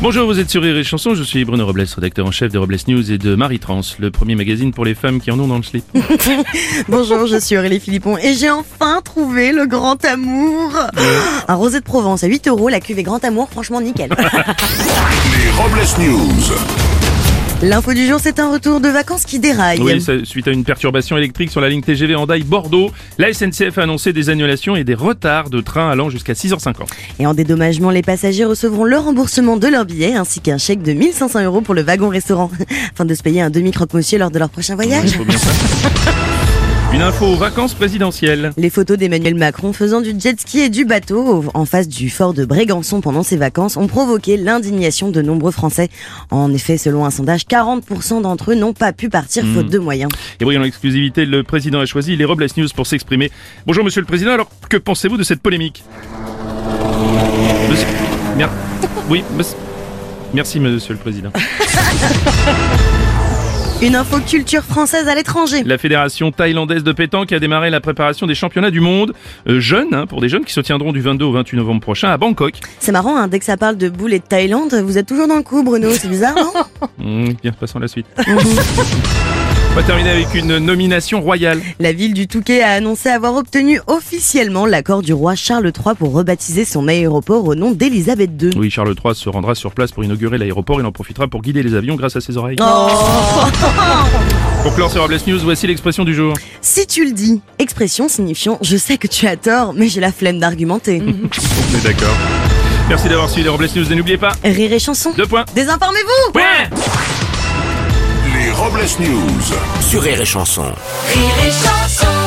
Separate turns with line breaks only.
Bonjour, vous êtes sur Rire et Chanson, je suis Bruno Robles, rédacteur en chef de Robles News et de Marie Trans, le premier magazine pour les femmes qui en ont dans le slip.
Bonjour, je suis Aurélie Philippon et j'ai enfin trouvé le grand amour. Un rosé de Provence à 8 euros, la cuvée grand amour, franchement nickel.
Les Robles News.
L'info du jour, c'est un retour de vacances qui déraille.
Oui, ça- suite à une perturbation électrique sur la ligne TGV Hendaye-Bordeaux, la SNCF a annoncé des annulations et des retards de trains allant jusqu'à 6h50.
Et en dédommagement, les passagers recevront le remboursement de leur billet ainsi qu'un chèque de 1500 euros pour le wagon-restaurant afin de se payer un demi-croque-monsieur lors de leur prochain
Il
voyage.
faut bien ça. Une info aux vacances présidentielles.
Les photos d'Emmanuel Macron faisant du jet ski et du bateau en face du fort de Brégançon pendant ses vacances ont provoqué l'indignation de nombreux Français. En effet, selon un sondage, 40% d'entre eux n'ont pas pu partir faute de moyens.
Et oui, en exclusivité, le président a choisi les Robles News pour s'exprimer. Bonjour monsieur le président, alors que pensez-vous de cette polémique Monsieur- Mer- Oui, monsieur- merci monsieur le président.
Une info culture française à l'étranger.
La fédération thaïlandaise de pétanque a démarré la préparation des championnats du monde euh, jeunes, hein, pour des jeunes qui se tiendront du 22 au 28 novembre prochain à Bangkok.
C'est marrant, hein, dès que ça parle de boules et de Thaïlande, vous êtes toujours dans le coup, Bruno. C'est bizarre, non
Mmh, bien, passons à la suite. On va terminer avec une nomination royale.
La ville du Touquet a annoncé avoir obtenu officiellement l'accord du roi Charles III pour rebaptiser son aéroport au nom d'Élisabeth II.
Oui, Charles III se rendra sur place pour inaugurer l'aéroport. Il en profitera pour guider les avions grâce à ses oreilles. Oh. Pour clore ce Robles News, voici l'expression du jour.
Si tu le dis, expression signifiant je sais que tu as tort, mais j'ai la flemme d'argumenter.
On est d'accord. Merci d'avoir suivi les Robles News et n'oubliez pas,
Rire et chanson.
deux points.
Désinformez-vous
Ouais
Les Robles News.
Sur Rire et Chanson.
Rire et chanson